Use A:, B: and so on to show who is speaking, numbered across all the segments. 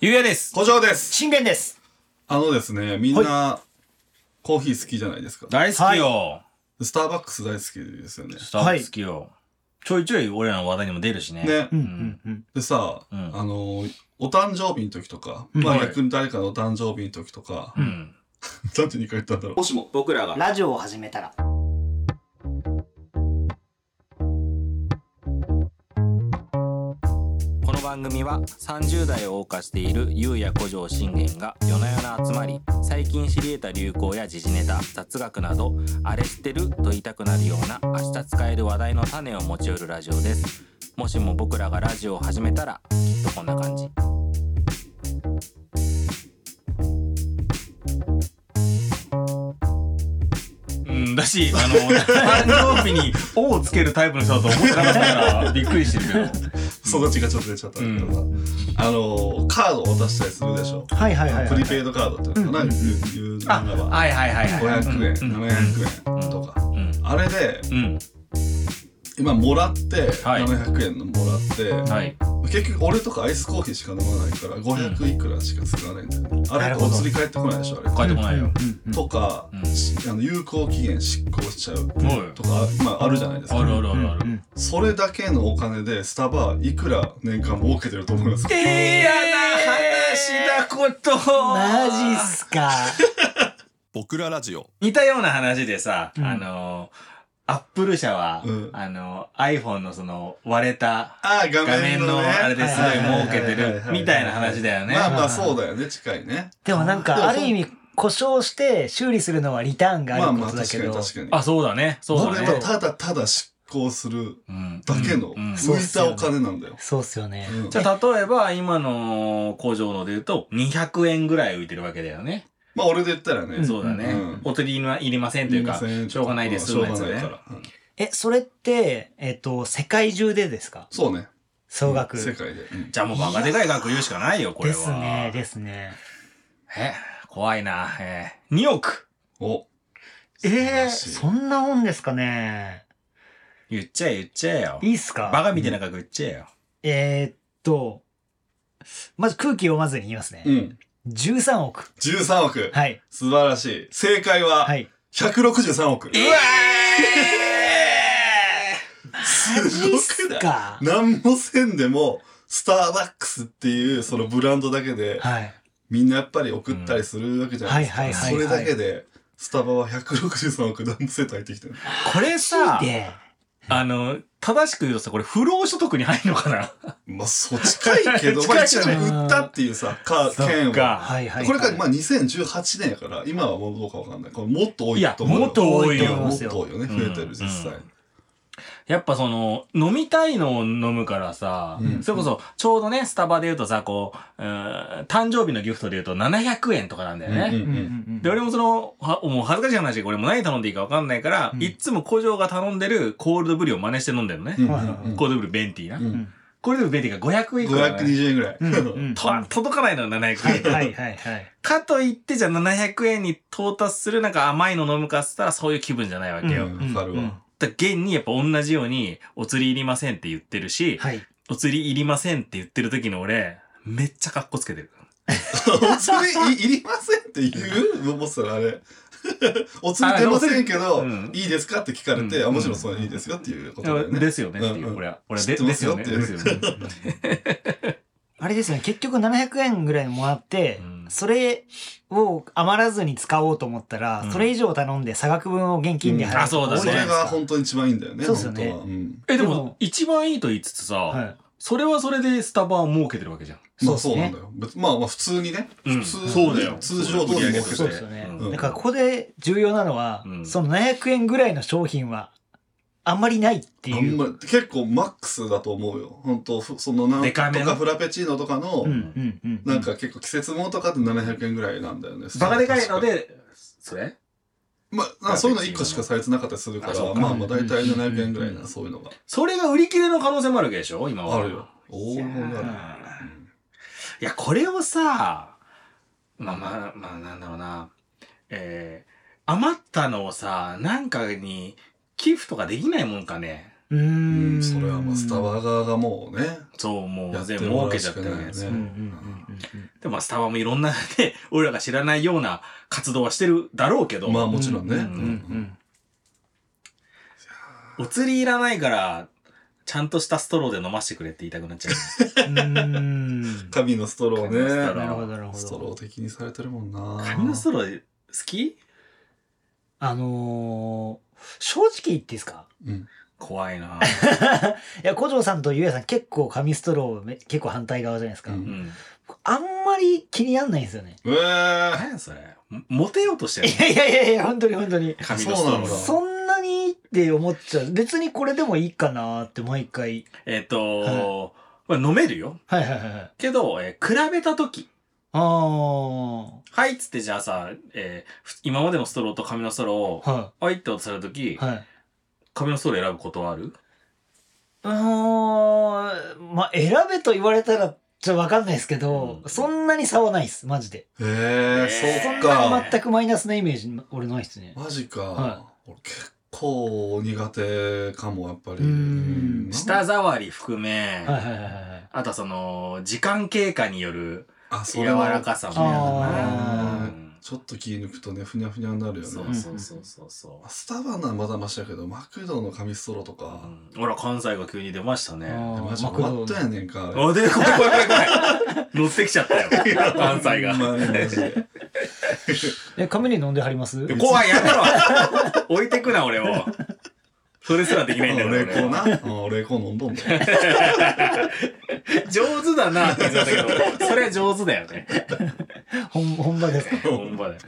A: ゆうやです。
B: 古城です。
C: 信玄です。
B: あのですね、みんな、コーヒー好きじゃないですか。
A: 大好きよ。
B: スターバックス大好きですよね。
A: スタバ好きよ。ちょいちょい俺らの話題にも出るしね。
B: ね。
C: うんうんうん。
B: でさ、
A: うん
B: あの、お誕生日の時とか、ま
A: は
B: あ
A: い
B: 逆に誰かのお誕生日の時とか
A: う、ん。
B: なんて2回言ったんだろう。
D: もしも僕らが
C: ラジオを始めたら。
D: この番組は30代を謳歌しているゆうや古城信玄が夜な夜な集まり最近知り得た流行や時事ネタ雑学などあれ知ってると言いたくなるような明日使える話題の種を持ち寄るラジオですもしも僕らがラジオを始めたらきっとこんな感じ
A: うん、だし、あの、誕生日に「お」をつけるタイプの人だと思ってなかったから、びっくりしてるけど。
B: 育ちがちょっと出ちゃったんだけどさ、あの、カードを渡したりするでしょ。
C: はいはいはい、
B: プ
C: は
B: リ
C: い。
B: ペイドカードっていうのかな、いうの
A: あ、
B: が
A: はいはいはいはい。
B: 500円、
A: うん
B: 700円とか。
A: うん
B: あれで、
A: うん。
B: 今もらって、
A: はい
B: 700円のもらって、
A: うん。はい。
B: 結局俺とかアイスコーヒーしか飲まないから500いくらしか使わないんだよね、あ
A: な
B: れ
A: るほど
B: お釣り返ってこないでしょあれ
A: 帰ってこないよ。
B: とか、
A: うん
B: しあの有効期限執行しちゃう
A: おい。
B: とか、まあ、あるじゃないです
A: ある
B: か
A: あるあるある。
B: それだけのお金でスタバいくら年間儲けてると思いますか
A: 嫌な話だこと
C: マジっすか。
B: 僕らラジオ
A: 似たような話でさ、
C: ん
A: あのアップル社は、
B: うん
A: あの iPhone のその割れた
B: ああ画
A: 画
B: 面
A: 面の
B: のね
A: あれですごい儲けて
B: はいはいはい
A: る
B: はい
A: みたいな話だよね。
B: まあまあそうだよね近いね
C: でもなん
B: でも
C: か、ある意味、故障して修理するのはリターンが
B: ま
C: あ
B: あ
C: る
B: ま
C: こ
B: あ
C: とだ
B: 確
C: け
B: かに
C: ど。
B: 確かに
A: あ、そうだね。そうだ
B: そ
A: ね
B: れ。はただただ執行する
A: うん
B: だけの
A: うんうん
B: 浮いたお金なんだよ、
C: そうっすよね。
B: うん
A: じゃあ例えば今の工場ので言うと200円ぐらい浮いてるわけだよね。
B: まあ俺で言ったらね、
C: ん
A: そうだね。
B: うん
A: お釣りはいりませんというか、しょうがないです
B: しょ
A: の
B: うが
A: やつ
B: な
A: だ
B: いか
A: ね。
B: ら。うん
C: え、それって、えっ、と、世界中でですか
B: そうね。
C: 総額。
B: 世界で。うん
A: じゃあもうバカでかい額言うしかないよ、これ
C: で
A: は。
C: すね、ですね。
A: え、怖いな。えー、2億
B: お。
C: えー、
B: 素晴
C: そんなもんですかね。
A: 言っちゃえ言っちゃえよ。
C: いいっすか
A: バカみたいな額言っちゃえよ。
C: えー、っと、まず空気読まずに言いますね。
B: らしいうん。
C: 13億。
B: 13億。
C: はい。
B: 素晴らしい。正解は
C: は、い。
B: 163億。
A: うわ
C: マジっすか
B: 何もせんでも、スターバックスっていうそのブランドだけで、
C: はい。
B: みんなやっぱり送ったりするわけじゃないです
C: うんはい
B: か。
C: はい
B: そ
C: はいは
B: れ
C: い
B: だけで、スタバは163億何世帯入ってきてる。
A: ーこれさ、
C: で、
A: あの、正しく言うとさ、これ不労所得に入るのかな
B: まあ、そう近いけ ど、
A: 近い
B: まあ一応
A: 近い
B: 売ったっていうさ、か、券は。
A: か。
C: はいはい、はい。
B: これがまあ2018年やから、今はもうどうかわかんない。これもっと多いと思う。
A: いやもっと多いよ
B: もっと多いよね。
A: うん
B: 増えてる、実際。
A: やっぱその、飲みたいのを飲むからさ、
B: うん
A: それこそ、ちょうどね、スタバで言うとさ、こう、うーん誕生日のギフトで言うと700円とかなんだよね。
B: うん
C: うんうんうん
A: で、俺もその、はもう恥ずかしい話で、俺も何頼んでいいか分かんないから、
C: うん
A: いっつも古城が頼んでるコールドブリを真似して飲んでるのね。
B: うん
C: うん
A: コールドブリベンティーな。
B: うんうん
A: コールドブリベンティーが500円くらい、ね。
B: 520円ぐらい。
C: うんうん
A: と届かないのが700
C: は
A: 円。
C: いはいはいはい。
A: かといって、じゃあ700円に到達するなんか甘いの飲むかっつったらそういう気分じゃないわけよ。
B: うんわかるわ。
A: だから現にやっぱ同じように、お釣りいりませんって言ってるし、
C: はい。
A: お釣りいりませんって言ってる時の俺、めっちゃ格好つけてる。
B: お釣りいいりませんって言う思ってたらあれ。 お釣り出ませんけ
A: あ
B: ど
A: うん、
B: いいですかって聞かれ
A: う
B: て、
A: ん
B: あもちろんそれいいですよっていうことだよね。
A: ですよねっていう、
B: うん
A: これは。俺
B: 知
A: で、
B: ってま
A: です
B: すよ
A: よ
B: って
A: ね。ですよね。
C: あれですよね、結局700円ぐらいもらって、
A: うん
C: それを余らずに使おうと思ったら、
A: うん
C: それ以上頼んで差額分を現金で
A: うん
C: 払
A: あ
C: う
A: そうだね
B: それが
C: 本
B: 本当に一番いいんだよね。
C: そうですよね
B: 本当はうん
A: え、で
C: で
A: も
C: も、
A: 一番いいと言いつつさ、
C: はい
A: それはそれでスタバを儲けてるわけじゃん。
B: まあそう
C: そ
B: う
C: で
B: なん
C: すね
B: だよ。別まあまあ普通にね。
A: うん
B: 普通
A: そうだよ
B: 通常通り儲け
A: そ
C: そうう
A: で
C: ですす
A: よ
C: よ
A: ね
C: ね。
A: うん
C: だからここで重要なのは、
A: うん
C: その700円ぐらいの商品はあんまりないって
B: あ
C: い
B: ん
C: う。
B: まり結構マックスだと思うよ。本当ふそのなん
A: で
B: と
A: かめの
B: かフラペチーノとかの、
C: うんうんうん。
B: なんか結構季節物とかって700円ぐらいなんだよね。
A: バカでかいの。で、それ
B: まあ、なんかそういうの1個しかサイズなかったりするか
A: あそ
B: ら、
A: うか
B: まあまあ大体700円ぐらい
C: うんうんう
B: な、
C: ん
B: そういうのが。
A: それが売り切れの可能性もあるわけでしょ今は。
B: あるよ。大物
A: うん
B: だね。
A: いや、これをさ、まあまあ、まあなんだろうな、えー、余ったのをさ、なんかに寄付とかできないもんかね。
C: うーん。
B: それはまあスタ。バ側がもうね
A: そう、も
B: や
A: う
B: って
A: 全
B: る
A: 部儲けちゃってるわけです
B: ら
A: よ
B: しく
C: うんうん
B: ない
C: うん
B: よね
C: うん
A: でもまあスタバもいろんなね、俺らが知らないような活動はしてるだろうけど、
B: まあもちろんね、
A: うん
C: うん。うん
A: お釣りいらないから、ちゃんとしたストローで飲ませてくれって言いたくなっちゃう。
C: うん。
B: 紙のストロ
A: 紙のス
B: ー
A: トロ
B: ね
C: なるほどなるほど。
B: ストロー的にされてるもんな
A: 紙のストロー好き
C: あのー、正直言っていいですか
B: うん
A: 怖いな
C: いや、古城さんとゆうやさん結構紙ストローめ結構反対側じゃないですか。
B: う
A: うんん。
C: あんまり気になんないんですよね。
B: うえー
A: 何やそれ。もモテようとしてる
C: いやいやいやいや、本当に本当に。
A: 紙のストロ
B: そうなん
A: ー。
B: だ
C: そんなにって思っちゃう。別にこれでもいいかなって毎回。
A: えっ、とまあ飲めるよ。
C: はいはいはいはい。
A: けど、えー比べたとき。
C: あー。
A: はいっつってじゃあさ、えーふ今までのストローと紙のストローを、
C: は
A: はいって音するとき
C: い。、はい。
A: 紙のストロー選ぶことはある
C: うーん。まあ、選べと言われたら、ちょっとわかんないですけど、
A: うん
C: そんなに差はないです。マジで。
B: え
A: ね
B: ー、
A: え
B: そ
A: そ
B: っ
A: んな
B: か
A: に
C: 全くマイナスなイメージ、俺ないですね。
B: マジか、
C: は
B: 俺結構苦手かもやっぱり
C: う
B: な
C: ん
B: ん
A: 舌触り含め、
C: はいはいはいはいはい。
A: あとその、時間経過による
B: あそ
A: 柔
B: れは
A: らかさもや
C: あ
A: だな
C: ー
A: うん
B: ちょっと気抜くとねふにゃふにゃになるよ
A: そ
B: ね
A: うそうそうそうそ
B: スタバならまだましだけどマクドの紙ストローと
A: う。う
B: か、
A: んほら、関西が急に出ましたね。
C: あー
B: マジで
C: マクド
B: 終わったやねんかあれ
A: あ、で、怖い怖い怖い。乗ってきちゃったよ。関西が。
B: ほんまにマジで
C: え、紙に飲んではります
A: 怖い、やめろ置いてくな、俺を。それすらできないんだよ、
B: 俺
A: 俺。
B: こうなうん俺こう飲 んどんだよ
A: 上手だ なって言ってたけど、それは上手だよね。
C: 本本場ですか
A: ほんまだよ。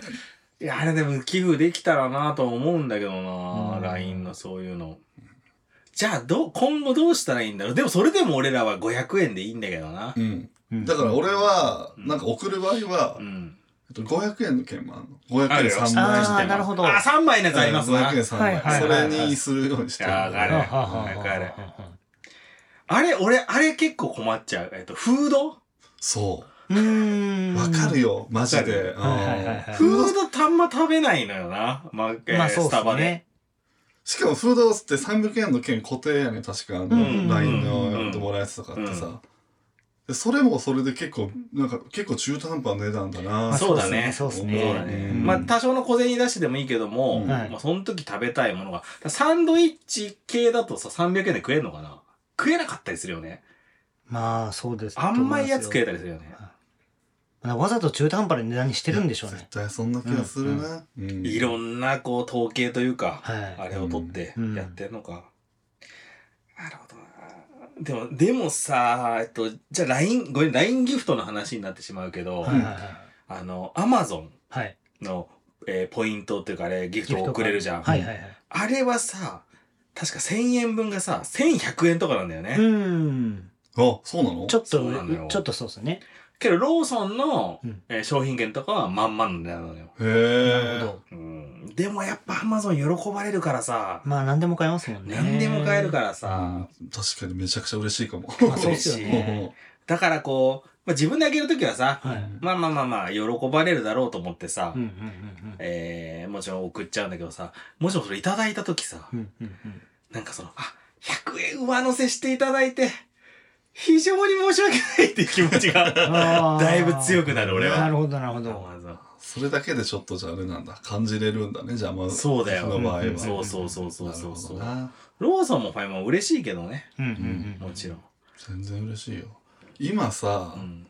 A: いや、あれでも寄付できたらなとは思うんだけど
C: う
A: な、
C: ん
A: LINE のそういうの。じゃあ、どう、今後どうしたらいいんだろう。でもそれでも俺らは500円でいいんだけどな
B: う。ん
C: うん
B: だから俺は
A: うん
B: なんか送る場合は
A: う、ん。
B: えっと500円の券もあるの500
A: あ
B: 円
A: るよ
B: 3
A: あ
B: 枚
A: ー
B: して
C: なるほど
A: あ、3枚のやつありますな
B: 500。円3枚、
C: はいはいはいはい
B: それにするようにして
A: あーあ
C: あ
A: れ
C: ははは
A: なんかあれ
C: は
A: あれ、俺、あれ結構困っちゃう。えっと、フード
B: そうう
C: ー。
B: んわかる
C: よ。
B: よマジ
A: わ
B: で、
A: かる
B: うん
C: はいはいはいはい
A: フードたんま食べないのよな。まあ、えー
C: まあそう
A: ス
C: で
A: タ
C: す
A: バで。
C: ね。
B: しかもフードって300円の券固定やね確かあ
A: う
B: の
A: ん
B: LINE のでもらえてとかってさ、
A: うん
B: でそれもそれで結構なんか結構中途半端な値段だ
C: ま
B: な
C: あ
A: そうだね
C: そうです
A: そう
C: ね。
A: だね。
B: うん
A: まあ、多少の小銭出してでもいいけども、
B: うん
A: まあ、その時食べたいものが。だからサンドイッチ系だとさ、300円で食えるのかな食えなかったりするよね。
C: まあそうです。
A: 甘いやつ食え
C: と
A: たりするよね。
C: 思いますよわざと中途半端な値段にしてるんでしょう
B: いや
C: ね
B: 絶。対そんな気がするな、うん
A: いろんな、こう、統計というか、
C: は
A: あれを取って
C: うん
A: やってんのか。なるほどな。でも、でもさ、えっと、じゃあ LINE、ごめん、LINE ギフトの話になってしまうけど、
C: い。はいはいはい
A: あの、Amazon
C: はい。
A: の、えーポイントっていうか、あれ、ギフトを送れるじゃん。
C: はいはいはい。
A: あれはさ、確か1000円分がさ、1100円とかなんだよね。
C: うん。
B: あそうなの
C: ちょっ
A: そうなのよ
C: と、ちょっとそうですね。
A: けど、ローソンの、
C: うん
A: えー商品券とかはまんまの値段なのよ。
B: へ
C: なるほ
B: え
C: ど。
A: うん。でもやっぱ Amazon 喜ばれるからさ、
C: まあ何でも買えますもんね。。
A: 何でも買えるかららさ、
B: 確かにめちゃくちゃ嬉しいかも、
C: まあそうですよね。
A: だからこう、まあ、自分であげるときはさ、
C: はい。
A: まあまあまあまあ、喜ばれるだろうと思ってさ、
C: うんうんうん
A: えー、もちろん送っちゃうんだけどさ、もちろんそれいただいたときさ、
C: うん。うんうん うん。
A: なんかその、あ、100円上乗せしていただいて、非常に申し訳ないっていう気持ち が、
C: あー
A: だいぶ強くなる俺
C: な
A: は。
C: るほどなるほど。
B: それだけでちょっとじゃああれなんだ感じれるんだね邪魔
A: そうだよ
B: の場合は、
C: うん
A: そうそうそうそうそうそう
B: なるほどな
A: ローソンもファイマン嬉しいけどね。
C: うんうんうん。
A: もちろん。
B: 全然嬉しいよ今さ
A: う、ん、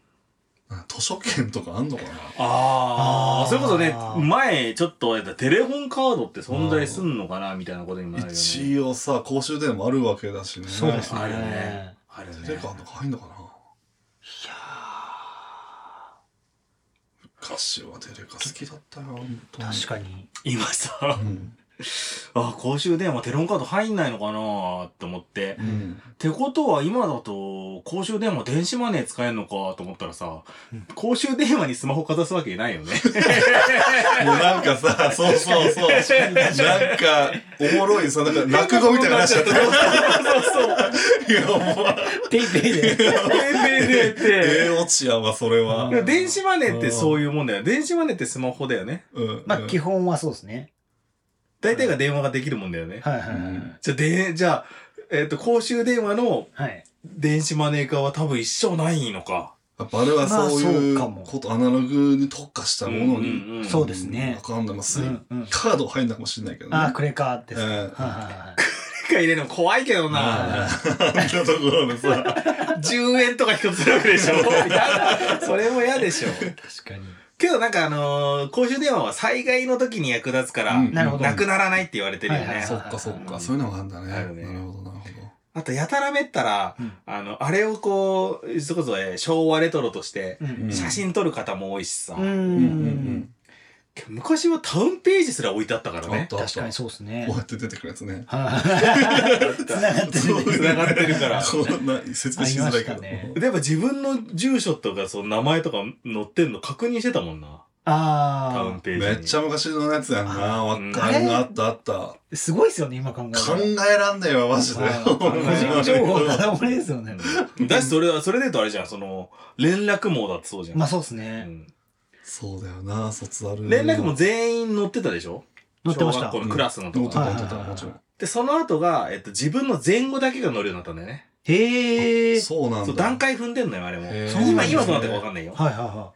B: 図書券とかあんのかな
A: あ
C: あ
A: あ、
C: ー
A: それこそね、前ちょっとやったテレホンカードって存在すんのかなみたいなことにもなるよね。
B: 一応さ公衆電話もあるわけだしね
C: そうですね。
A: あるねあるね。
B: テレカーとか入んのかないや昔はテレカ好きだったよ本当
C: 確か に。
A: 今さ、
B: うん
A: あ、公衆電話テレホンカード入んないのかなって思って。
B: う
A: っ
B: ん
A: てことは今だと公衆電話電子マネー使えるのかと思ったらさ、公衆電話にスマホかざすわけないよね。
B: もうなんかさ、そうそうそう。なんか、おもろい、さ、なんか、落語みたいな話だったよ。いや、もう、
C: ペイペイ
A: え
C: で。
A: え
B: ええ落ちやわ、それは。
A: でも電子マネーってそういうもんだよ。電子マネーってスマホだよね。
B: うん。
C: まあ基本はそうですね。
A: 大体が電話ができるもんだよね。
C: はいはいは
B: う
C: い。
B: ん
A: じゃあ、で、じゃあ、えっと、公衆電話の
C: はい。
A: 電子マネー化は多分一生ないのか。
B: やっぱあれはそういう
C: まあそうかも
B: こと、アナログに特化したものに、
A: うんうんうん
C: そうですね
B: わかんない。まあ、すい
C: うんうん
B: カード入んだかもしれないけどね。
C: ああ、クレカです
B: え
C: か。
B: え
C: はいはいはい
A: 機械入れるの怖いけどな。
B: ああ、あのところのさ、
A: 10円とか一つ楽でしょ。やだそれも嫌でしょ。
C: 確かに。
A: けどなんかあのー公衆電話は災害の時に役立つから、
B: うん
C: なるほど。
A: なくならないって言われてるよね。
C: はいはい
B: そっかそっか、そういうのがあるんだね。
A: あるね
B: なるほど、なるほど。
A: あと、やたらめったら、
C: うん
A: あの、あれをこう、それこそ、えー昭和レトロとして、
C: うん
B: うん
A: 写真撮る方も多いしさ、
C: う。
B: うん
A: 昔はタウンページすら置いてあったから
B: あっ
A: ね。
B: たあっ
C: 確
B: た
C: かにそうですね
B: こう。やって出てくるやつね。
C: はい繋がってるね。
A: 繋がってるから
B: そうな説明しづらいけ
C: ありました
B: ど。
C: ね
A: でやっぱ自分の住所とか、その名前とか載ってんの確認してたもんな。タウン
C: あ
A: ページに。
B: めっちゃ昔のやつやんな。わっか
C: あ
B: る
C: れ
B: な、あったあった。
C: あ、すごいですよね、今考えた
B: 考
C: ら。
B: えらんねえわ、マジで。
C: はい個人情報だだ漏れ ですよね。
A: だし、それは、それで言うとあれじゃん、その、連絡網だってそうじゃん。
C: まあそうです
A: う
C: ね。
A: ん
B: そうだよな、卒アル。
A: 連絡も全員載ってたでしょ
C: 載ってまし
A: 小
C: た
A: 学校。のクラスの
B: 乗
A: と
B: ってた、
A: か。
C: はい
B: 乗ってた、もちろん。
A: で、その後が、えっと、自分の前後だけが載るようになったんだよね。
C: へえ。
B: そうなんだ。
A: そう、段階踏んでんのよ、あれも。
B: へ
C: ー
A: 今、今どうなってるかわかんないよ。
C: はいはいは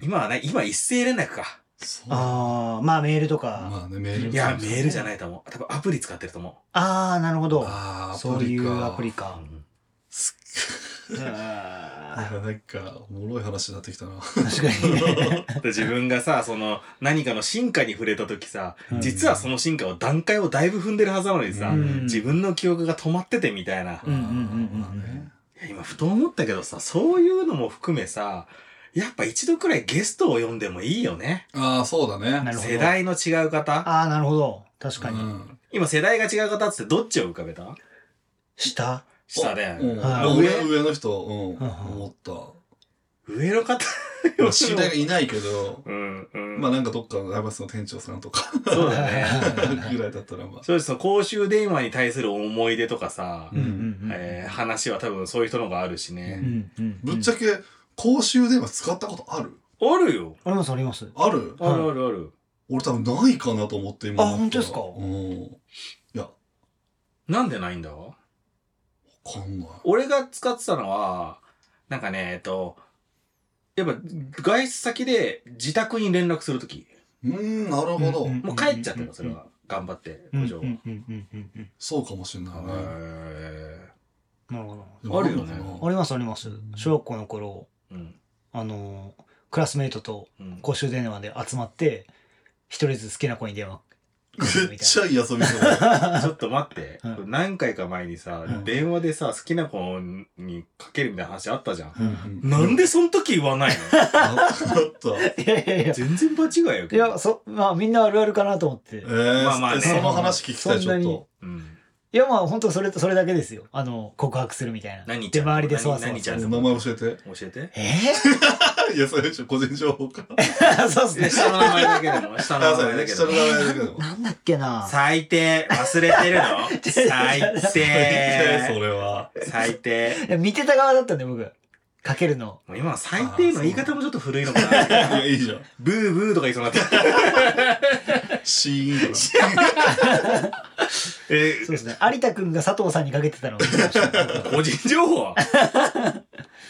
C: い。
A: 今はね、今一斉連絡か。
B: そう
C: ああ、まあメールとか。
B: まあね、メール。
A: いや、メールじゃないと思う。多分アプリ使ってると思
C: ああ、なるほど。
B: ああ、
C: そういうアプリ。か
A: う。。うん
B: すいや
C: あ、
B: なんか、おもろい話になってきたな。
C: ー確 かに。
A: で自分がさ、その、何かの進化に触れた時さ
C: う、ん
A: 実はその進化を段階をだいぶ踏んでるはずなのにさ
C: う、ん
A: 自分の記憶が止まっててみたいな。
C: うんうんうんうん
B: ね
A: いや今、ふと思ったけどさ、そういうのも含めさ、やっぱ一度くらいゲストを呼んでもいいよね。
B: ああ、そうだ
C: な
B: ね。
C: るほど
A: 世代の違う方。
C: ああ、なるほど。確か
B: う
C: に。
B: ん
A: 今、世代が違う方っつってどっちを浮かべた
C: 下
A: 下だよ
B: うん
A: ね。
C: あ
B: まあ
A: 上
B: 上、上の人、うん、
C: うん
B: 思った。
A: 上の方
B: まあ知り合いがいないけど、
A: うんうん。
B: まあなんかどっかのライバスの店長さんとか
A: そうだね。
B: ぐらいだったらまあ。
A: そうです。公衆電話に対する思い出とかさ
B: う、ん
A: えー話は多分そういう人の方があるしね。
B: ぶっちゃけ、
C: け。
B: 公衆電話使ったことある
A: あるよ。
C: ありますあります。
B: ある
A: あるあるある。
B: 俺多分ないかなと思って今。
C: あ本当ですか
B: うん。いや、わ
A: なんでないんだ
B: かんない。
A: 俺が使ってたのは、なんかね、えっと、やっぱ外出先で自宅に連絡するとき。
B: うーん、なるほど。
C: うん
A: もう帰っちゃったよ、それは。頑張って、
C: うん
A: 補助は。
C: うんうんうんうんうん
B: そうかもしれないね。
A: へ
C: なるほど。
B: でも
A: あるよね
B: あんのか
C: ありますあります
B: うん。
C: 小学校の頃、
A: ーうん
C: あのー、クラスメイトと
A: うん
C: 公衆電話で集まって、一人ずつ好きな子に電話
B: な
C: する
B: めっ
C: みた
B: ちゃ
C: い
B: いい遊びそう。
A: ちょっと待って
C: う、ん
A: 何回か前にさ
C: う、ん
A: 電話でさ、好きな子にかけるみたいな話あったじゃん。
C: な。
A: なんでその時言わ ないの
B: あった。
C: いやいやいや。
A: 全然場違いよ。
C: いや、そ、まあみんなあるあるかなと思って
B: え。ー、
A: まあまあね
B: えその話聞きたい、ち
C: そ
B: ょ
C: んな
B: っ
C: に
B: と。
A: うん。
C: いやまあ本当それと、それだけですよ。あの、告白するみたいな。
A: 何ち
C: で、
A: ゃん
C: 周りでそわそわ
A: 何
C: す
A: ちゃん
C: る。
B: お名前教えて。
A: 教えて。
C: え
B: いや、それちょっと個人情報か。
C: ー そうっす
A: で
C: ね。
A: 下の名前だけでも、下の
B: あ、
A: 名
B: そう
A: 前
B: ね。
A: だけ
B: 人
A: で
B: の
A: も
B: 名。前だけど。
C: なんだっけな
A: 最低忘れてるの最
B: えー、そ
A: 低
B: れは。
A: 最低
C: いや見てた側だったんで僕。かけるの。
A: もう今の最低の言い方もちょっと古いのかない
B: や、いいじゃん。
A: ブーブーとか言いそうになった。
B: シーンとか。
A: え
C: そうですね。有田くんが佐藤さんにかけてたのを見てました。
A: ー、個人情報
B: あ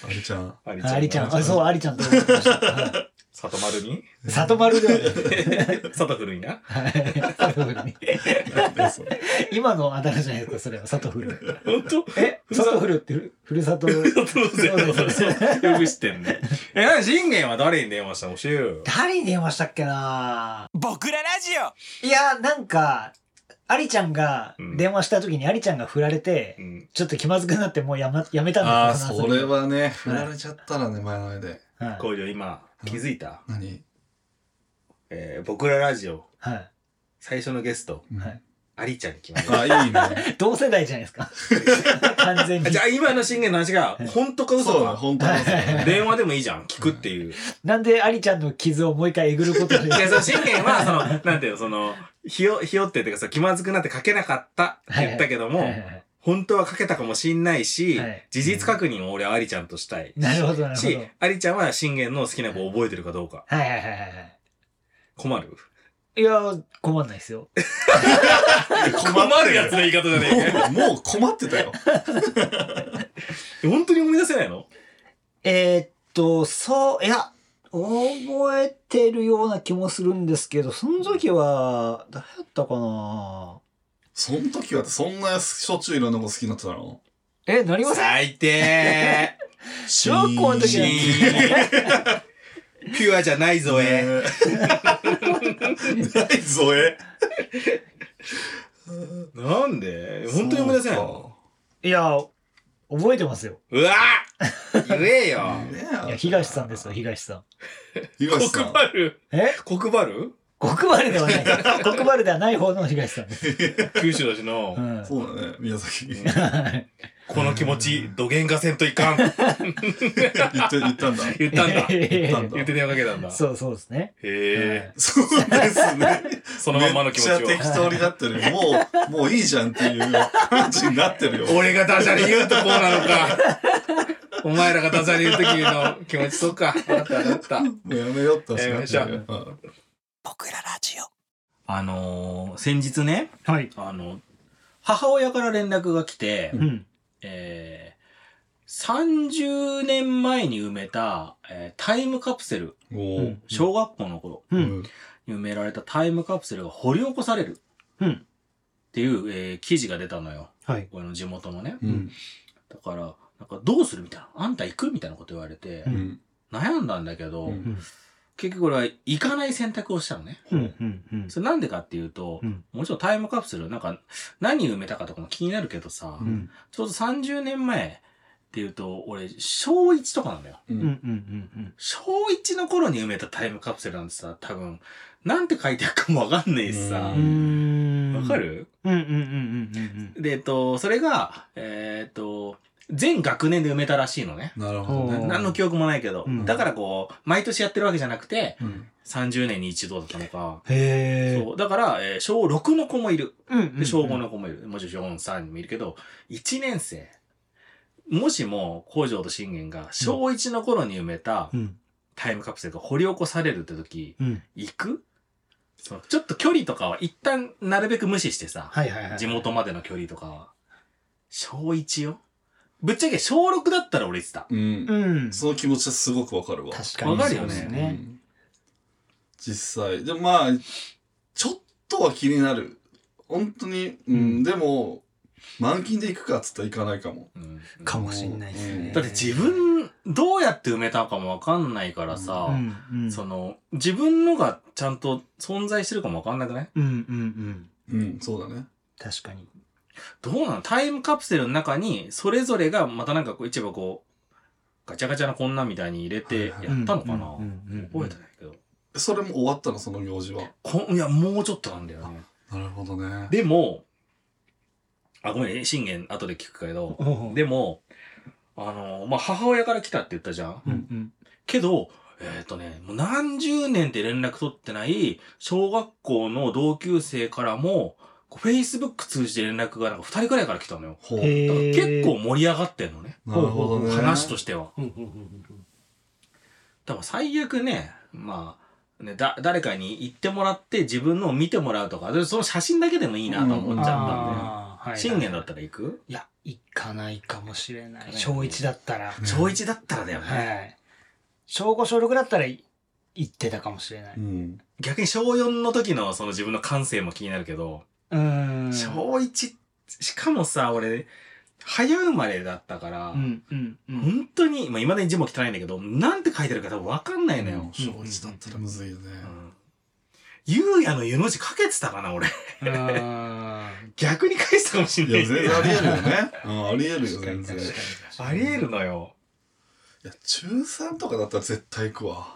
B: れちゃん。
A: あり
C: ありちゃん。あ、
A: う。
C: そう、ありちゃんと思ってました。はい
A: 里丸に
C: 里丸で。
A: 里古いな。
C: はい 里丸に
B: なんだよそれ
C: 今のあだ名じゃないですか、それは。里古。
A: ほんと
C: え、里古ってふる、ふるさと。
A: そうそうそう。よく知ってんね。 え、なに、信玄は誰に電話したの教えようよ。
C: 誰に電話したっけな
D: 僕らラジオ
C: いや、なんか、ありちゃんが
A: うん
C: 電話した時にありちゃんが振られて、
A: うん。
C: ちょっと気まず くなってもうや,、ま、やめ
B: あ
C: たん
B: ー、
C: ですよ
B: それ。はね、振られちゃったらね、前の前で。
C: その遊び
A: 工場今、気づいた
B: 何
A: えー、僕らラジオ、
C: はい。は
A: 最初のゲスト、
C: はい
A: ありちゃんに決まりまし
B: あ、いいね。
C: い。同世代じゃないですか。完全
A: た。
C: に
A: じゃ。あ今の信玄の話が、本当か嘘
B: そうだ、
A: か。
B: 本当だ。
A: 電話でもいいじゃん。聞くっていう。
C: なんでありちゃんの傷をもう一回えぐることで。
A: いや、その信玄は、その、なんていうの、その、ひよ、ひよってっていうかさ、気まずくなって書けなかったって言ったけども、
C: はいはいはい
A: 本当は書けたかもしんないし、
C: はい
A: 事実確認を俺はありちゃんとしたい。
C: なるほど、なるほ
A: し
C: ど。、
A: ありちゃんは信玄の好きな子を覚えてるかどうか。
C: はいはいはいはいは
A: 困る
C: い。いや、困んないですよ。
E: 困るやつの言い方じゃねえか
B: もうもう困ってた
E: よ。
B: よ。
E: 本当に思い出せないの
C: えーっと、そう、いや、覚えてるような気もするんですけど、その時は、誰だったかな
B: その時はそんなしょっちゅういろんなこと好きになってたの
C: え、なりません
E: 最低
C: 小学校の時
E: シ
C: なんて
E: ーンピュアじゃないぞ え。
B: えー ないぞえ。
E: なんで本当に思い出せないの
C: いや、覚えてますよ。
E: うわ言えよ
B: そうか。
C: いや、東さんですよ、東さん。
B: 東さん。
E: ル
C: え
E: 黒バル
C: 国バルではない。 国バルではない方の東さんです。
E: 九州だし
C: う
E: の、
C: ん。
B: そうだね、宮崎。言
E: この気持ち、どげんかせんといかん
B: って言ったんだ。
E: 言ったんだ。
B: 言ったんだ
E: 言って電話かけたんだ。
C: そうそうですね。
E: へえ、
B: そうですね。
E: そのまんまの気持ち
B: め
E: を
B: っち。ゃ適当になってるよ。もう、もういいじゃんっていう感じになっ てるよ。
E: 俺がダジャレ言うとこうなのか。お前らがダジャレ言うときの気持ち、そうか。わかったわかった。
B: もうやめようって話になって
E: やめ
B: るよ。
A: 僕らラジオあのー先日ね
C: はい。
A: あの母親から連絡が来て、
C: うん。
A: えー30年前に埋めた、えータイムカプセル
B: うんおー
C: うん
A: 小学校の頃
C: う。
B: うんん
A: に埋められたタイムカプセルが掘り起こされる
C: うん。
A: っていう、えー記事が出たのよ
C: はい。
A: 俺の地元のね
B: うん
A: だからなんかどうするみたいなあんた行くみたいなこと言われて、
C: う
B: うん
A: 悩んだんだけど、
B: うん
A: 結局俺は行かない選択をしたのね
C: うん。うん。うん
A: それなんでかっていうと、
C: うん
A: もちろんタイムカプセルなんか何埋めたかとかも気になるけどさ、
C: うん。
A: ちょうど30年前っていうと俺小1とかなんだよ
B: う
C: うん。うんん。うん。
A: 小1の頃に埋めたタイムカプセルなんてさ、多分、なんて書いてあるかもわかんないしさ。
B: う
A: わ
C: う、ん。
A: かる
C: うん。うん。うん。うん。
A: で、えっと、それが、えーっと、全学年で埋めたらしいのね。
B: なるほ
C: お
B: ど
C: ー
B: ね。
A: 何の記憶もないけど。
C: うん
A: だからこう、毎年やってるわけじゃなくて、
B: うん
A: 30年に一度だったのか。
C: へえ。
A: そう。だから、えー小6の子もいる。
C: うん。うん。
A: で小5の子もいる。もちろん4、3人もいるけど、1年生。もしも、工場と信玄が小1の頃に埋めた
C: うん。
A: タイムカプセルが掘り起こされるって時、
C: うん。
A: 行くそのちょっと距離とかは一旦なるべく無視してさ、
C: はいはいはい。
A: 地元までの距離とかは。小1よぶっちゃけ小6だったら俺言ってた。
B: うん
C: うん。
B: その気持ちはすごくわかるわ。
C: 確かに。
A: わかるよね
C: そうです
B: う。ん実際。でもまあ、ちょっとは気になる。本当に、う
C: うん
B: ん、でも、満勤で行くかっつったら行かないかも。
A: うん
C: かもしんないです
B: う
C: ね。
B: ん
A: だって自分、どうやって埋めたかもわかんないからさ、
C: うん、うん。
A: その、自分のがちゃんと存在してるかもわかんなくない
C: うんうんうん。
B: うん、そうだね。
C: 確かに。
A: どうなのタイムカプセルの中に、それぞれがまたなんかこう、一部こう、ガチャガチャなこんなみたいに入れてやったのかな、
C: うんうんうん
A: 覚えてないけど。
B: それも終わったの、その行事は。
A: こんいや、もうちょっとなんだよね。
B: なるほどね。
A: でも、あ、ごめんね、信玄後で聞くけど、
C: おう
A: でも、あの、まあ、母親から来たって言ったじゃん。
C: うんうん。
A: けど、えっ、とね、もう何十年って連絡取ってない小学校の同級生からも、こう Facebook 通じて連絡がなんか2人くらいから来たのよ。
B: ほう。
C: へ
A: だから
C: ー
A: 結構、盛り上がってんのね。
B: なるほどね。
A: 話と
B: し
A: しては。
C: うんうんうん
A: 多分最悪ね、まあ、ね、だ、誰かに行ってもらって自分のを見てもらうとか、でその写真だけでもいいなと
C: う
A: 思
C: ん。
A: っちゃったんだよ。
C: あーはいはい
A: 信玄だったら行く
C: いや、行かないかもしれ
A: 行
C: な
A: か
C: い。
A: ない
C: 小1だったら。
A: 小1だったらだよね。
C: はい。小5、小6だったらい行ってたかもしれない。
B: うん。
A: 逆に小4の時のその自分の感性も気になるけど、
C: うーん。
A: 小1、しかもさ、俺、早生まれだったから、
C: うんうん うん。
A: 本当に、まあ、未だに字も汚いんだけど、なんて書いてるか多分わかんないのよ。
B: 小一だったらむずいよ
A: う
B: ね。
A: んゆうやの湯の字書けてたかな、俺。
C: うーん。
A: 逆に返したかもし
B: い
A: れ
B: や、
A: ない。
B: 全然ありえるよね。うん、ありえるよ、
C: 確か
B: 全
C: に
B: 然。
C: 確
B: い
C: かに。
A: ありえるのよ。
B: や、中3とかだったら絶対行くわ。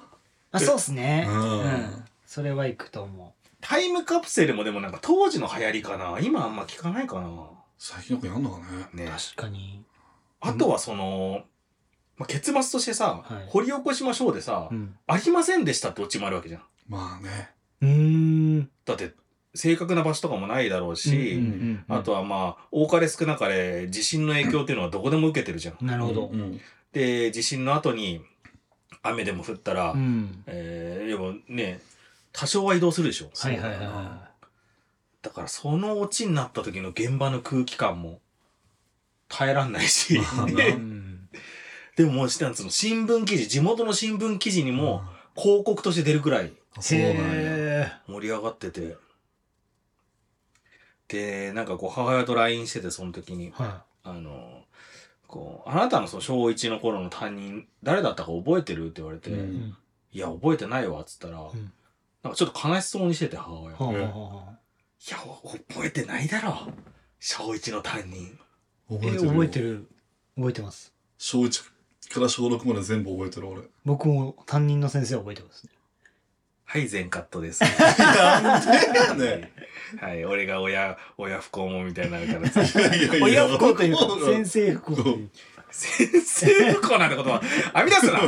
C: あ、そうっすね。
B: うん
C: うん。それは行くと思
A: タイムカプセルもでもなんか当時の流行りかな。今あんま聞かないかな。
B: 最近よくやんのかね。
C: う。
A: ね。
C: 確かに。
A: あとはその、まあ、結末としてさ、
C: はい
A: 掘り起こしましょうでさ、
C: うん。
A: ありませんでしたってオチもあるわけじゃん。
B: まあね。
C: うーん。
A: だって、正確な場所とかもないだろうし、
C: うんうんうん
A: あとはまあ、多かれ少なかれ地震の影響っていうのはどこでも受けてるじゃん。
C: なるほど
B: う。ん。
A: で、地震の後に雨でも降ったら、
C: うん。
A: えー、要はね、多少は移動するでしょ。
C: はいはいはいは
A: だからそのオチになった時の現場の空気感も耐えらんないし。
C: い。
A: で でももうしてなんつうの、新聞記事、地元の新聞記事にも広告として出るくらい
B: そうなんや。
C: へ
A: 盛り上がってて。で、なんかこう母親と LINE してて、その時に。
C: ーは
A: あの、こう、あなたのその小1の頃の担任、誰だったか覚えてるって言われて、
C: い。うん
A: いや、覚えてないわ、っつったら、
C: ん
A: なんかちょっと悲しそうにしてて、母親。
C: はいあはあはあ
A: や、覚えてないだろ。小1の担任。
B: 覚
C: え
B: えてる。
C: 覚えてる。覚えてます。
B: 小1から小6まで全部覚えてる 俺。
C: 僕も担任の先生は覚えてますね。
A: はい、全カットです。
B: なんでやね
A: はい、俺が親、親不幸もんみたいになるから
B: ん。いやいやいや
C: 親不幸というか、先生不幸というか。
A: 先生不幸なんてことは、編み出すな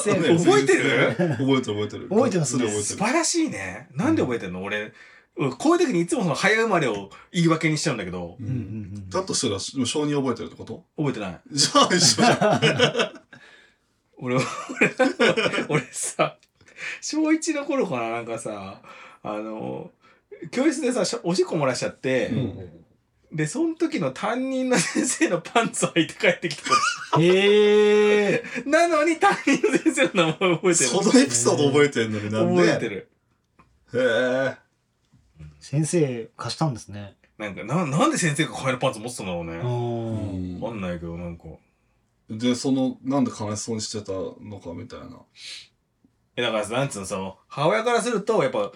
C: 先生
A: 覚えてる
B: 覚えてる覚えてる。
C: 覚えてます
B: がっつり
A: 素
B: 覚
A: 晴らしいね。なんで覚えてんの、俺、俺こういう時にいつもその早生まれを言い訳にしちゃうんだけど
B: え、て
C: うんう
B: る。
C: ん
B: うん
C: うん
B: だとしたら、小2覚えてるってこと
A: 覚えてない。
B: じゃあ一緒じゃ ん。
A: 俺、俺、 俺さ、小一の頃かな、なんかさ、あの、教室でさ、しょおしっこ漏らしちゃって、
B: うん
A: で、その時の担任の先生のパンツを履いて帰ってきた。
C: へえ。
A: なのに担任の先生の名前覚えてる
B: そ。のエピソード覚えてんのになんで
A: 覚えてる。
B: へえ。
C: 先生貸したんですね。
A: なんか、な、なんで先生が替えるパンツ持ってたんだろうね。
C: うん。
A: わかんないけど、なんか。
B: で、その、なんで悲しそうにしてたのかみたいな。
A: え、だからさ、なんつうの、その、母親からすると、やっぱ、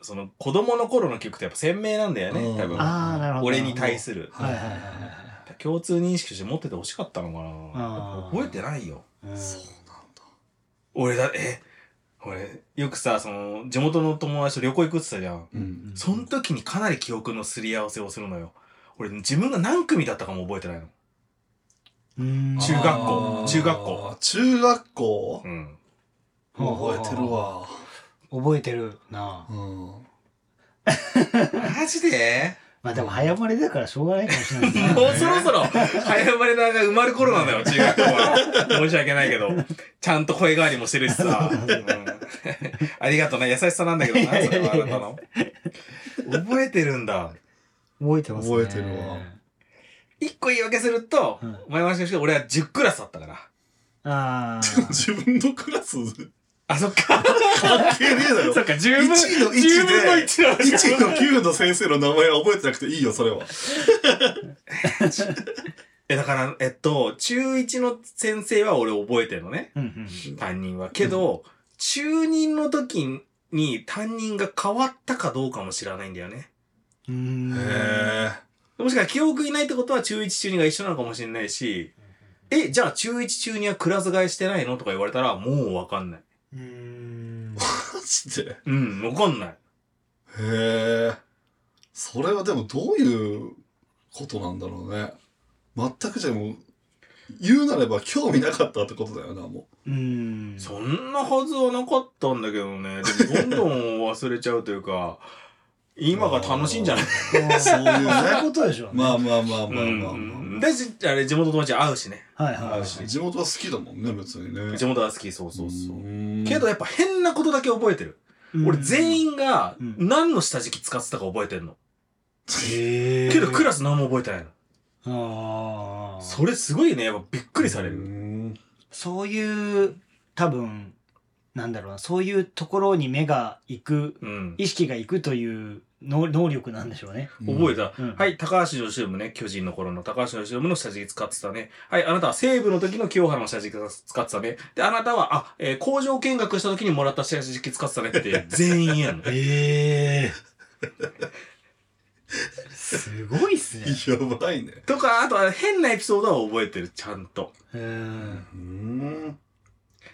A: その、子供の頃の記憶ってやっぱ鮮明なんだよ
B: う
A: ね、
B: ん
A: 多分。
C: ああ、なるほど。
A: 俺に対する。
C: はいはいはい
A: 共通認識として持ってて欲しかったのか
C: あ
A: な
C: ー
A: 覚えてないよ
C: はいはい。
B: そう
A: 俺だえ俺よくさその地元の友達と旅行行くって言ってたじゃん、
B: なんだ。
A: ん、その時にかなり記憶のすり合わせをするのよ俺自分が何組だったかも覚えてないの
C: うん。
A: 中学校
B: あー
A: 中学校。
B: 中学校
A: うん
B: 覚えてるわ。
C: 覚えてるなあ
B: うん。
A: マジで
C: まあでも早生まれだからしょうがないかもしれないですね。
A: もうそろそろ早生まれのが埋まる頃なんだよ中学校は申し訳ないけどちゃんと声変わりもしてるしさ、うんありがとうな優しさなんだけどなそれはあなたの覚えてるんだ
C: 覚えてますね。
B: 覚えてるわ
A: 一個言い訳すると、
C: うん
A: お前もしかして俺は10クラスだったから。
C: ああ。
B: 自分のクラス
A: あ、そっか。
B: 関係ねえだろ。
A: そっか、10分
B: 1の1
A: 10分の
B: で、
A: 1の
B: 1の9の先生の名前は覚えてなくていいよ、それは。
A: え、だから、えっと、中1の先生は俺覚えてるのね。
C: うんうん。
A: 担任は。けど、中2の時に担任が変わったかどうかも知らないんだよね。
C: うーん。
B: へえ。
A: もしかしたら記憶いないってことは中1中2が一緒なのかもしれないし、え、じゃあ中1中2はクラス替えしてないのとか言われたらもうわかんない。
C: うーん。
B: マジで。へ
A: うん、わかんない。
B: え。それはでもどういうことなんだろうね。全くじゃもう、言うなれば興味なかったってことだよな、も
C: うーん。
A: そんなはずはなかったんだけどね。でもどんどん忘れちゃうというか、今が楽しいんじゃない、
C: あー
B: そういうね
C: そういうことでしょう
B: う。
C: ね。
B: まあまあまあ
A: う
B: まあまあ
A: ん、
B: ま
A: だし、あれ、地元友達会うしね。
C: はいはいはい。
B: あ。地元は好きだもんね、別にね。
A: 地元は好き、そうそうそう。
B: ん
A: けど、やっぱ変なことだけ覚えてる。俺全
C: 員。
A: 員が
C: うん
A: 何の下敷き使ってたか覚えてんの。
C: へえ。
A: けどクラス何も覚えてないの。
C: ああ。
A: それすごいね、やっぱびっくりされ
B: う
A: る。
B: ん
C: そういう、多分、なんだろうな、そういうところに目が行く、
A: うん。
C: 意識が行くという能能力なんでしょうね。
A: 覚えた。
C: うん。
A: はい、高橋由伸ね、巨人の頃の高橋由伸の下敷き使ってたね。はい、あなたは西武の時の清原の下敷き使ってたね。で、あなたは、あ、えー工場見学した時にもらった下敷き使ってたねって、全員やん
C: ええすごいっすね。
B: やばいね。
A: とか、あとは変なエピソードは覚えてる、ちゃんと。
C: うん。
B: うん。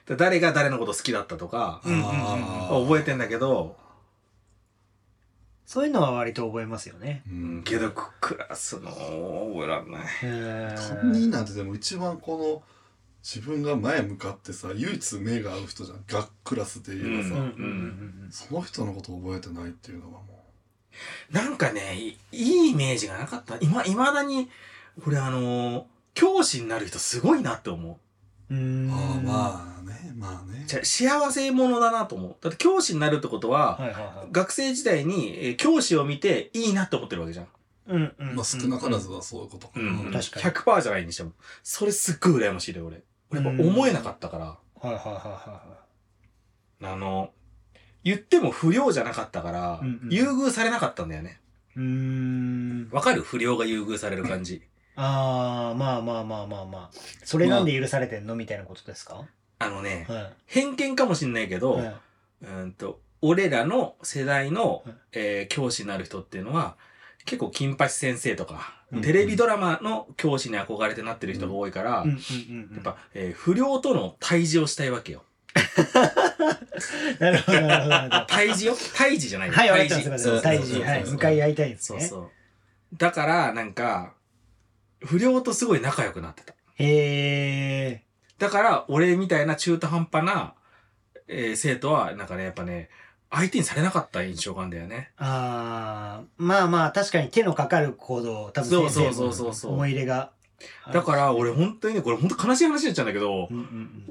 A: だ誰が誰のこと好きだったとか、
C: うんうん
A: 覚えてんだけど、
C: そういうのは割と覚えますよね。
B: う
A: うん
B: ん
A: けど、ククラスの、覚えらんない。
C: へ
B: 担任なんてでも一番この自分が前向かってさ唯一目が合う人じゃん学クラスで言えばさ、
A: うん
B: その人のこと覚えてないっていうのはも
A: なんかね、いいいイメージがなかった。今、未だに、これあのー教師になる人すごいなって思う。
C: うーん
B: ああまあねまあね
A: じゃあ幸せ者だなと思う。だって教師になるってことは、
C: はいはいはい
A: 学生時代にえー教師を見ていいなって思ってるわけじゃん。
C: うんうんうん
B: まあ少なからずはそういうことかな、
A: うん、
C: 確かに
A: 100%じゃないにしても。それすっごい羨ましいで、俺。俺やっぱ思えなかったから。
C: はいはいはいは
A: あの、言っても不良じゃなかったから、
C: うんうん
A: 優遇されなかったんだよね。
C: いうーん
A: わかる不良が優遇される感じ。
C: ああまあまあまあまあまあそれなんで許されてんのみたいなことですか
A: あのね、
C: はい
A: 偏見かもしんないけど、
C: はいう
A: ーんと、俺らの世代の
C: はい、
A: えー教師になる人っていうのは、結構金八先生とか、
C: うん
A: テレビドラマの教師に憧れてなってる人が多いから、
C: うんうんうんう
A: やっ
C: ん
A: ぱ、えー不良との対峙をしたいわ けよ。
C: なるほどなるほどなるほど
A: 対峙よ対峙じゃないよ。
C: はい、わ
A: 対
C: かったすいま
A: 峙。
C: せん。大事、はい、向かい合いたいんです
A: そう
C: ね。
A: そう。だから、なんか、不良とすごい仲良くなってた。
C: へえ。
A: だから、俺みたいな中途半端な、えー生徒は、なんかね、やっぱね、相手にされなかった印象があるんだよね。
C: ああ、まあまあ、確かに手のかかる行動、多
A: そ
C: 分
A: うそう
C: 先生
A: そ
C: も
A: うそうそう。
C: 思い入れが。
A: だから、俺本当にね、これ本当悲しい話になっちゃうんだけど
C: う、んう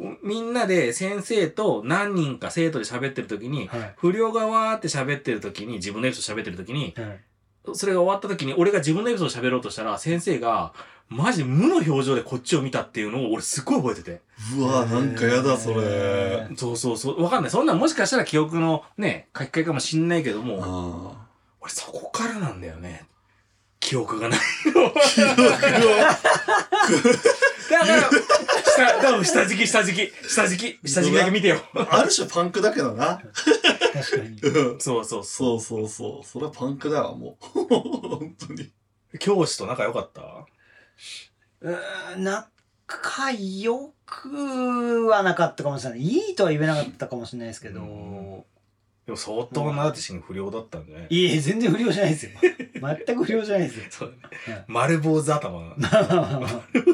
C: ん
A: みんなで先生と何人か生徒で喋ってる時
C: うん。
A: に、
C: はい。
A: 不良がわーって喋ってる時に、自分のエピソード喋ってる時に、
C: うん
A: それが終わった時に、俺が自分のエピソード喋ろうとしたら、先生が、マジ無の表情でこっちを見たっていうのを俺すっごい覚えてて。
B: うわなんかやだそれ、
C: へー
A: そうそうそう。わかんない。そんなんもしかしたら記憶のね、書き換えかもしんないけども、
B: あ
A: 俺そこからなんだよね。記憶がない。
B: あ記憶を
A: だから、下、多分下敷き、下敷き、下敷き、下敷きだけ見てよ。
B: ある種パンクだけどな
C: 確かに。
B: うん
A: そうそうそ
B: そうそうそうそれはパンクだわもう本当に
A: う。教師と仲良かった
C: うーん、仲良くはなかったかもしれない。いいとは言えなかったかもしれないですけ
A: け
C: ど。
A: ど、でも相当なアーティシン不良だったんじゃない
C: いえいえ、全然不良じゃないですよ。全く不良じゃな いですよ。
A: そうだね
C: はい。
A: 丸坊主頭。
C: まあまあまあま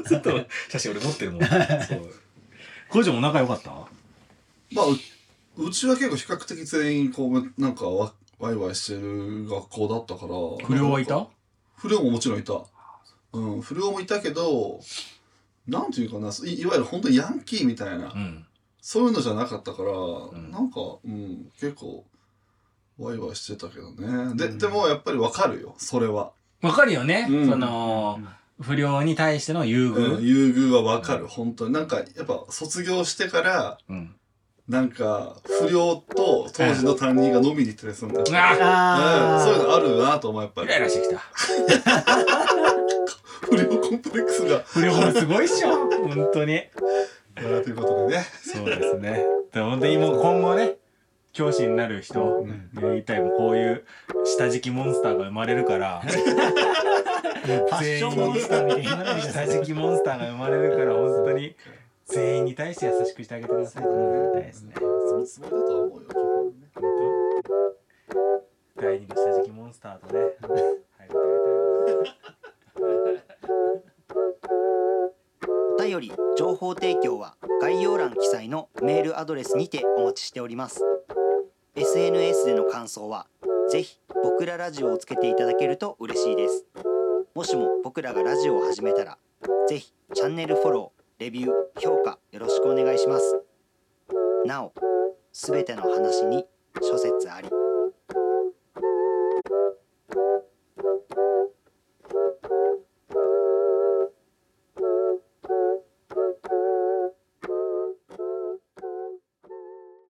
A: ずっと写真俺持ってるもん。そう。コジも仲良かった
B: まあううちは結構比較的全員こうなんかわワイワイしてる学校だったから
A: 不良はいた
B: 不良ももちろんいた、うん、不良もいたけどなんていうかないいわゆる本当にヤンキーみたいな、
A: うん。
B: そういうのじゃなかったから、
A: ん
B: なんか、うん、結構ワイワイしてたけどねで,、でもやっぱりわかるよそれは、
A: わかるよね。
B: うん
A: その、不良に対しての優
B: うん、
A: 遇。
B: 優遇はわかる、本当になんかやっぱ卒業してから
A: うん。
B: なんか不良と当時の担任が飲みに行ったりするんだよ、うん
A: ああ
C: あ。
B: そういう
C: あ
B: のあるなと思うやっぱ
A: イ
B: り
A: ライラしてきた。
B: 不良コンプレックスが、
A: 不良はすごいっしょ。 本当に。
B: えーということでね
D: そうですね。で本当にもう今後ね、教師になる人、
B: ん
D: 言いたいもこういう下敷きモンスターが生まれる から、
C: ファッションモンスターみたいに言わないでくださ
D: 下
C: い
D: 敷きモンスターが生まれるから本当に全員に対して優しくしてあげてください。大事ですね。
B: そのつもりだとは思うよ基本ね
D: 本当第二の下敷きモンスター とね、入ってあげたい。
F: お便り情報提供は概要欄記載のメールアドレスにてお待ちしております SNS での感想はぜひ僕らラジオをつけていただけると嬉しいですもしも僕らがラジオを始めたらぜひチャンネルフォローレビュー評価よろしくお願いしますなおすべての話に諸説あり